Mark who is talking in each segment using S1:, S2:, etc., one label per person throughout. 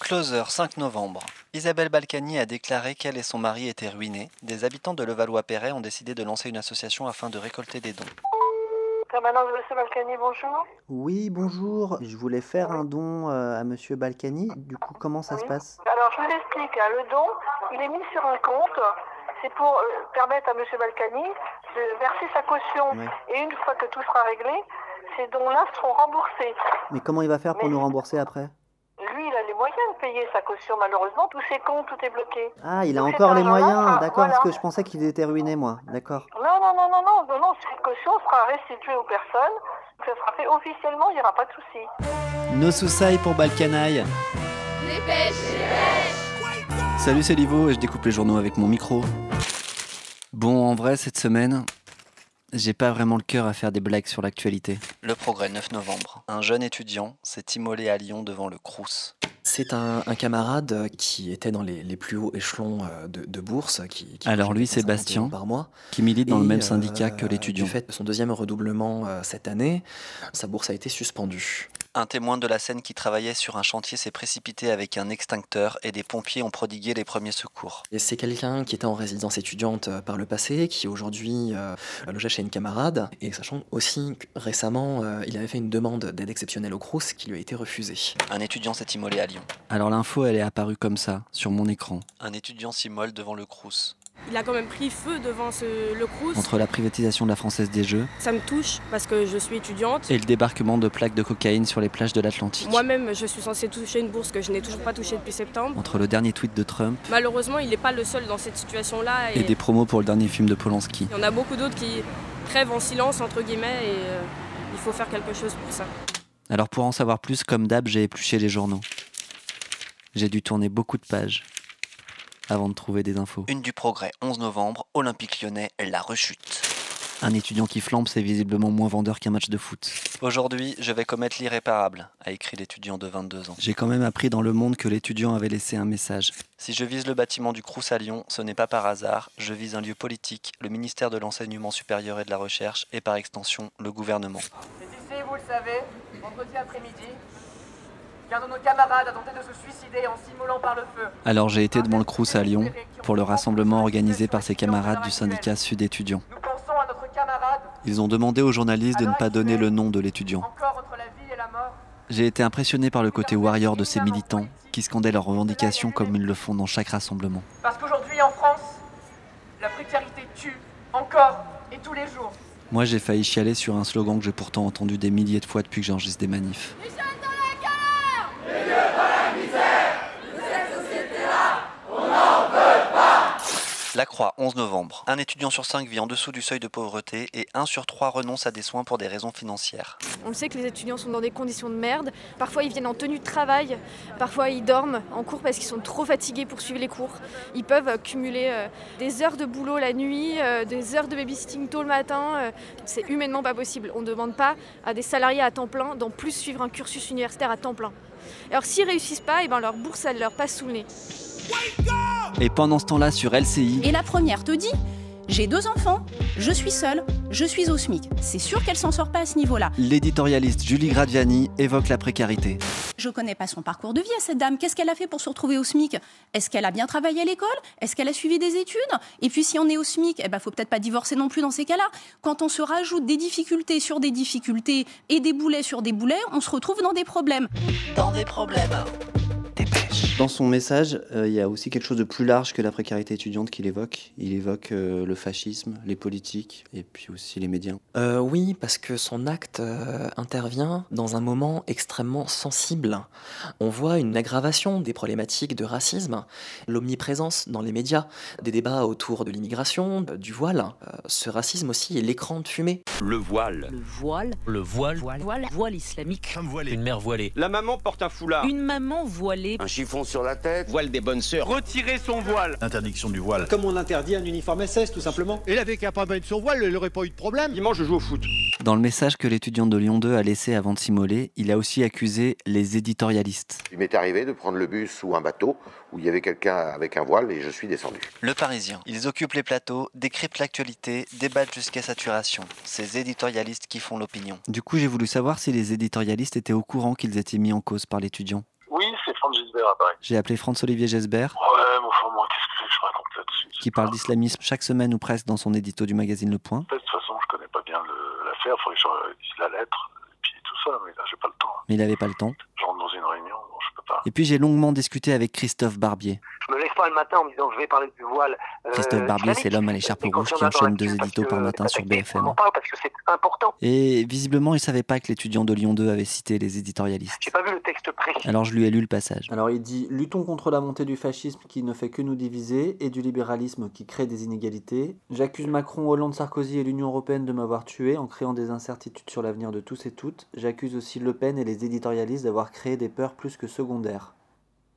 S1: Closer, 5 novembre. Isabelle Balkany a déclaré qu'elle et son mari étaient ruinés. Des habitants de Levallois-Perret ont décidé de lancer une association afin de récolter des dons.
S2: Permanence Wilson Balkany, bonjour.
S3: Oui, bonjour. Je voulais faire un don euh, à Monsieur Balkany. Du coup, comment ça se
S2: Oui.
S3: passe
S2: Alors, je vous explique. hein, le don, il est mis sur un compte. C'est pour euh, permettre à M. Balkany de verser sa caution.
S3: Ouais.
S2: Et une fois que tout sera réglé, ces dons-là seront remboursés.
S3: Mais comment il va faire pour
S2: Mais-
S3: nous rembourser après
S2: Lui, il a les moyens de payer sa caution. Malheureusement, tous ses comptes, tout est bloqué.
S3: Ah, il a
S2: Tout cet
S3: encore les
S2: argent-là,
S3: moyens,
S2: ah,
S3: d'accord, parce que
S2: voilà.
S3: je pensais qu'il était ruiné, moi. D'accord.
S2: Non, non, non, non, non, non, non, cette caution sera restituée aux personnes. Ça sera fait officiellement, il n'y aura pas de souci.
S1: Nos soucis pour Balkanaï.
S4: Dépêche
S1: Salut, c'est Livo et je découpe les journaux avec mon micro. Bon, en vrai, cette semaine, j'ai pas vraiment le cœur à faire des blagues sur l'actualité. Le progrès 9 novembre. Un jeune étudiant s'est immolé à Lyon devant le Crous.
S5: C'est un, un camarade euh, qui était dans les, les plus hauts échelons euh, de, de bourse. Qui, qui
S1: Alors, lui, c'est
S5: touchait 50 euros
S1: Bastien.
S5: Par mois.
S1: Qui milite dans le
S5: Et,
S1: même
S5: euh,
S1: syndicat que l'étudiant.
S5: Du fait de son deuxième redoublement euh, cette année, sa bourse a été suspendue.
S1: Un témoin de la scène qui travaillait sur un chantier s'est précipité avec un extincteur et des pompiers ont prodigué les premiers secours.
S5: Et c'est quelqu'un qui était en résidence étudiante euh, par le passé, qui aujourd'hui euh, logeait chez une camarade. Et sachant aussi que récemment, euh, il avait fait une demande d'aide exceptionnelle au Crous qui lui a été refusée.
S1: Un étudiant s'est immolé à Lyon.
S6: Alors l'info, elle est apparue comme ça, sur mon écran.
S1: Un étudiant s'immole devant le Crous.
S7: Il a quand même pris feu devant ce- le Crous.
S6: Entre la privatisation de la Française des Jeux
S7: Ça me touche parce que je suis étudiante.
S6: et le débarquement de plaques de cocaïne sur les plages de l'Atlantique.
S7: Moi-même, je suis censée toucher une bourse que je n'ai toujours pas touchée depuis septembre.
S6: Entre le dernier tweet de Trump
S7: Malheureusement, il n'est pas le seul dans cette situation-là. Et
S6: et des promos pour le dernier film de Polanski.
S7: il y en a beaucoup d'autres qui crèvent en silence, entre guillemets, et euh, il faut faire quelque chose pour ça.
S6: Alors pour en savoir plus, comme d'hab, j'ai épluché les journaux. J'ai dû tourner beaucoup de pages avant de trouver des infos.
S1: Une du progrès 11 novembre, Olympique lyonnais, la rechute.
S6: Un étudiant qui flambe, c'est visiblement moins vendeur qu'un match de foot.
S1: Aujourd'hui, je vais commettre l'irréparable, a écrit l'étudiant de 22 ans.
S6: J'ai quand même appris dans Le Monde que l'étudiant avait laissé un message.
S1: Si je vise le bâtiment du Crous à Lyon, ce n'est pas par hasard, je vise un lieu politique, le ministère de l'Enseignement supérieur et de la Recherche, et par extension, le gouvernement.
S8: C'est ici, vous le savez, vendredi après-midi, qu'un de nos camarades a tenté de se suicider en s'immolant par le feu.
S6: Alors j'ai été devant le Crous à Lyon pour le rassemblement organisé par ses camarades du syndicat Sud Étudiant.
S8: Nous pensons à notre camarade,
S6: Ils ont demandé aux journalistes de ne pas donner le nom de l'étudiant.
S8: encore entre la vie et la mort.
S6: J'ai été impressionné par le côté warrior de ces militants qui scandaient leurs revendications comme ils le font dans chaque rassemblement.
S8: Parce qu'aujourd'hui, en France, la précarité tue, encore et tous les jours.
S6: Moi j'ai failli chialer sur un slogan que j'ai pourtant entendu des milliers de fois depuis que j'enregistre des manifs.
S1: La Croix, 11 novembre. Un étudiant sur 5 vit en dessous du seuil de pauvreté et 1 sur 3 renonce à des soins pour des raisons financières.
S4: On le sait que les étudiants sont dans des conditions de merde. Parfois ils viennent en tenue de travail, parfois ils dorment en cours parce qu'ils sont trop fatigués pour suivre les cours. Ils peuvent euh, cumuler euh, des heures de boulot la nuit, euh, des heures de babysitting tôt le matin. euh, C'est humainement pas possible. On ne demande pas à des salariés à temps plein d'en plus suivre un cursus universitaire à temps plein. Alors s'ils réussissent pas, et ben leur bourse elle leur passe sous le nez.
S6: Et pendant ce temps-là sur LCI,
S9: Et la première te dit J'ai deux enfants, je suis seule, je suis au SMIC. C'est sûr qu'elle s'en sort pas à ce niveau-là.
S6: l'éditorialiste Julie Gradiani évoque la précarité.
S9: Je connais pas son parcours de vie à cette dame. Qu'est-ce qu'elle a fait pour se retrouver au SMIC Est-ce qu'elle a bien travaillé à l'école Est-ce qu'elle a suivi des études Et puis si on est au SMIC, eh ben faut peut-être pas divorcer non plus dans ces cas-là. Quand on se rajoute des difficultés sur des difficultés et des boulets sur des boulets, on se retrouve dans des problèmes.
S1: Dans des problèmes. Dépêche.
S3: Dans son message, euh, il y a aussi quelque chose de plus large que la précarité étudiante qu'il évoque. Il évoque euh, le fascisme, les politiques et puis aussi les médias.
S5: Euh, oui, parce que son acte euh, intervient dans un moment extrêmement sensible. On voit une aggravation des problématiques de racisme, l'omniprésence dans les médias, des débats autour de l'immigration, euh, du voile. Euh, ce racisme aussi est l'écran de fumée.
S10: Le voile.
S11: Le voile,
S10: Le voile.
S11: voile, voile, islamique.
S10: Une mère voilée.
S8: La maman porte un foulard.
S11: Une maman voilée.
S10: Un chiffon sur la tête. Voile des bonnes sœurs.
S8: Retirer son voile.
S10: Interdiction du voile.
S12: Comme on interdit un uniforme SS, tout simplement. Et avec un pas de son voile, il n'aurait pas eu de problème.
S8: Dimanche, je joue au foot.
S6: Dans le message que l'étudiant de Lyon 2 a laissé avant de s'immoler, il a aussi accusé les éditorialistes.
S12: Il m'est arrivé de prendre le bus ou un bateau où il y avait quelqu'un avec un voile et je suis descendu.
S1: Le Parisien. Ils occupent les plateaux, décryptent l'actualité, débattent jusqu'à saturation. Ces éditorialistes qui font l'opinion.
S6: Du coup j'ai voulu savoir si les éditorialistes étaient au courant qu'ils étaient mis en cause par l'étudiant.
S2: Oui, c'est Francis
S13: Gisbert à Paris.
S6: J'ai appelé Franz-Olivier Gesbert,
S13: Ouais, mais enfin, moi, qu'est-ce que je raconte là-dessus Ah,
S6: qui parle d'islamisme chaque semaine ou presque dans son édito du magazine Le Point.
S13: De toute façon, je connais pas bien le- l'affaire, il faudrait que je dise la lettre, et puis tout ça, mais là, j'ai pas le temps.
S6: mais il n'avait pas le temps.
S13: Je rentre dans une réunion, donc je peux pas.
S6: Et puis j'ai longuement discuté avec Christophe Barbier.
S14: Je me lève pas le matin en me disant je vais parler du voile. euh,
S6: Christophe Barbier, c'est l'homme à l'écharpe rouge qui enchaîne deux éditos par matin sur BFM. Et visiblement, il savait pas que l'étudiant de Lyon 2 avait cité les éditorialistes.
S14: pas vu le texte précis.
S6: Alors je lui ai lu le passage.
S3: Alors il dit Luttons contre la montée du fascisme qui ne fait que nous diviser et du libéralisme qui crée des inégalités. J'accuse Macron, Hollande, Sarkozy et l'Union européenne de m'avoir tué en créant des incertitudes sur l'avenir de tous et toutes. J'accuse aussi Le Pen et les éditorialistes d'avoir créé des peurs plus que secondaires.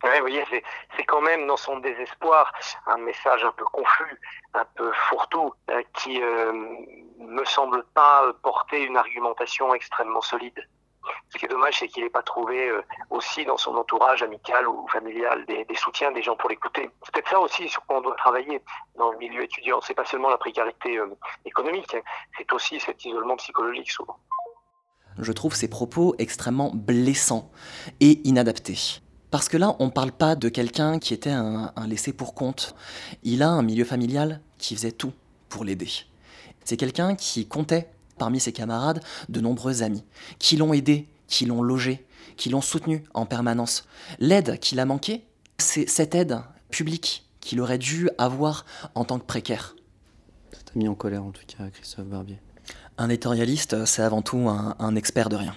S14: Ouais, vous voyez, c'est- c'est quand même dans son désespoir un message un peu confus, un peu fourre-tout, euh, qui euh, me semble pas porter une argumentation extrêmement solide. Ce qui est dommage, c'est qu'il n'ait pas trouvé euh, aussi dans son entourage amical ou familial des, des soutiens, des gens pour l'écouter. C'est peut-être ça aussi sur quoi on doit travailler dans le milieu étudiant. C'est pas seulement la précarité euh, économique, hein, c'est aussi cet isolement psychologique souvent.
S5: Je trouve ces propos extrêmement blessants et inadaptés. Parce que là, on ne parle pas de quelqu'un qui était un, un laissé pour compte. Il a un milieu familial qui faisait tout pour l'aider. C'est quelqu'un qui comptait parmi ses camarades de nombreux amis, qui l'ont aidé, qui l'ont logé, qui l'ont soutenu en permanence. L'aide qu'il a manquée, c'est cette aide publique qu'il aurait dû avoir en tant que précaire.
S3: Ça t'a mis en colère en tout cas, Christophe Barbier.
S5: Un éditorialiste, c'est avant tout un- un expert de rien.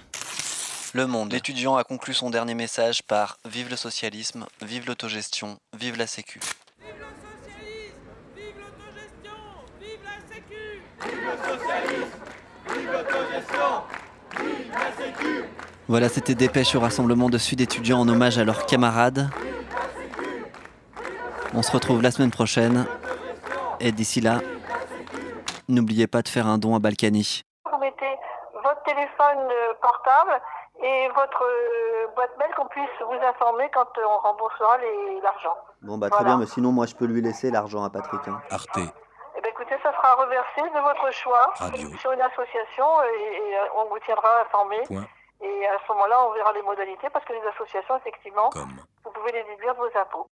S1: Le
S6: Ah.
S1: Monde. L'étudiant a conclu son dernier message par Vive le socialisme, vive l'autogestion, vive la Sécu.
S6: Voilà, c'était Dépêche au rassemblement de Sud étudiants en hommage à leurs camarades. On se retrouve la semaine prochaine. Et d'ici là, n'oubliez pas de faire un don à Balkany.
S2: Vous mettez votre téléphone euh, portable et votre euh, boîte mail qu'on puisse vous informer quand euh, on remboursera les- l'argent.
S3: Bon bah très
S2: Voilà.
S3: bien, mais sinon moi je peux lui laisser l'argent à Patrick. hein.
S10: Arte.
S2: Eh ben, écoutez, ça sera reversé de votre choix sur une association et, et, euh, on vous tiendra informé.
S10: Point.
S2: Et à ce moment-là, on verra les modalités parce que les associations, effectivement, vous pouvez les déduire de vos impôts.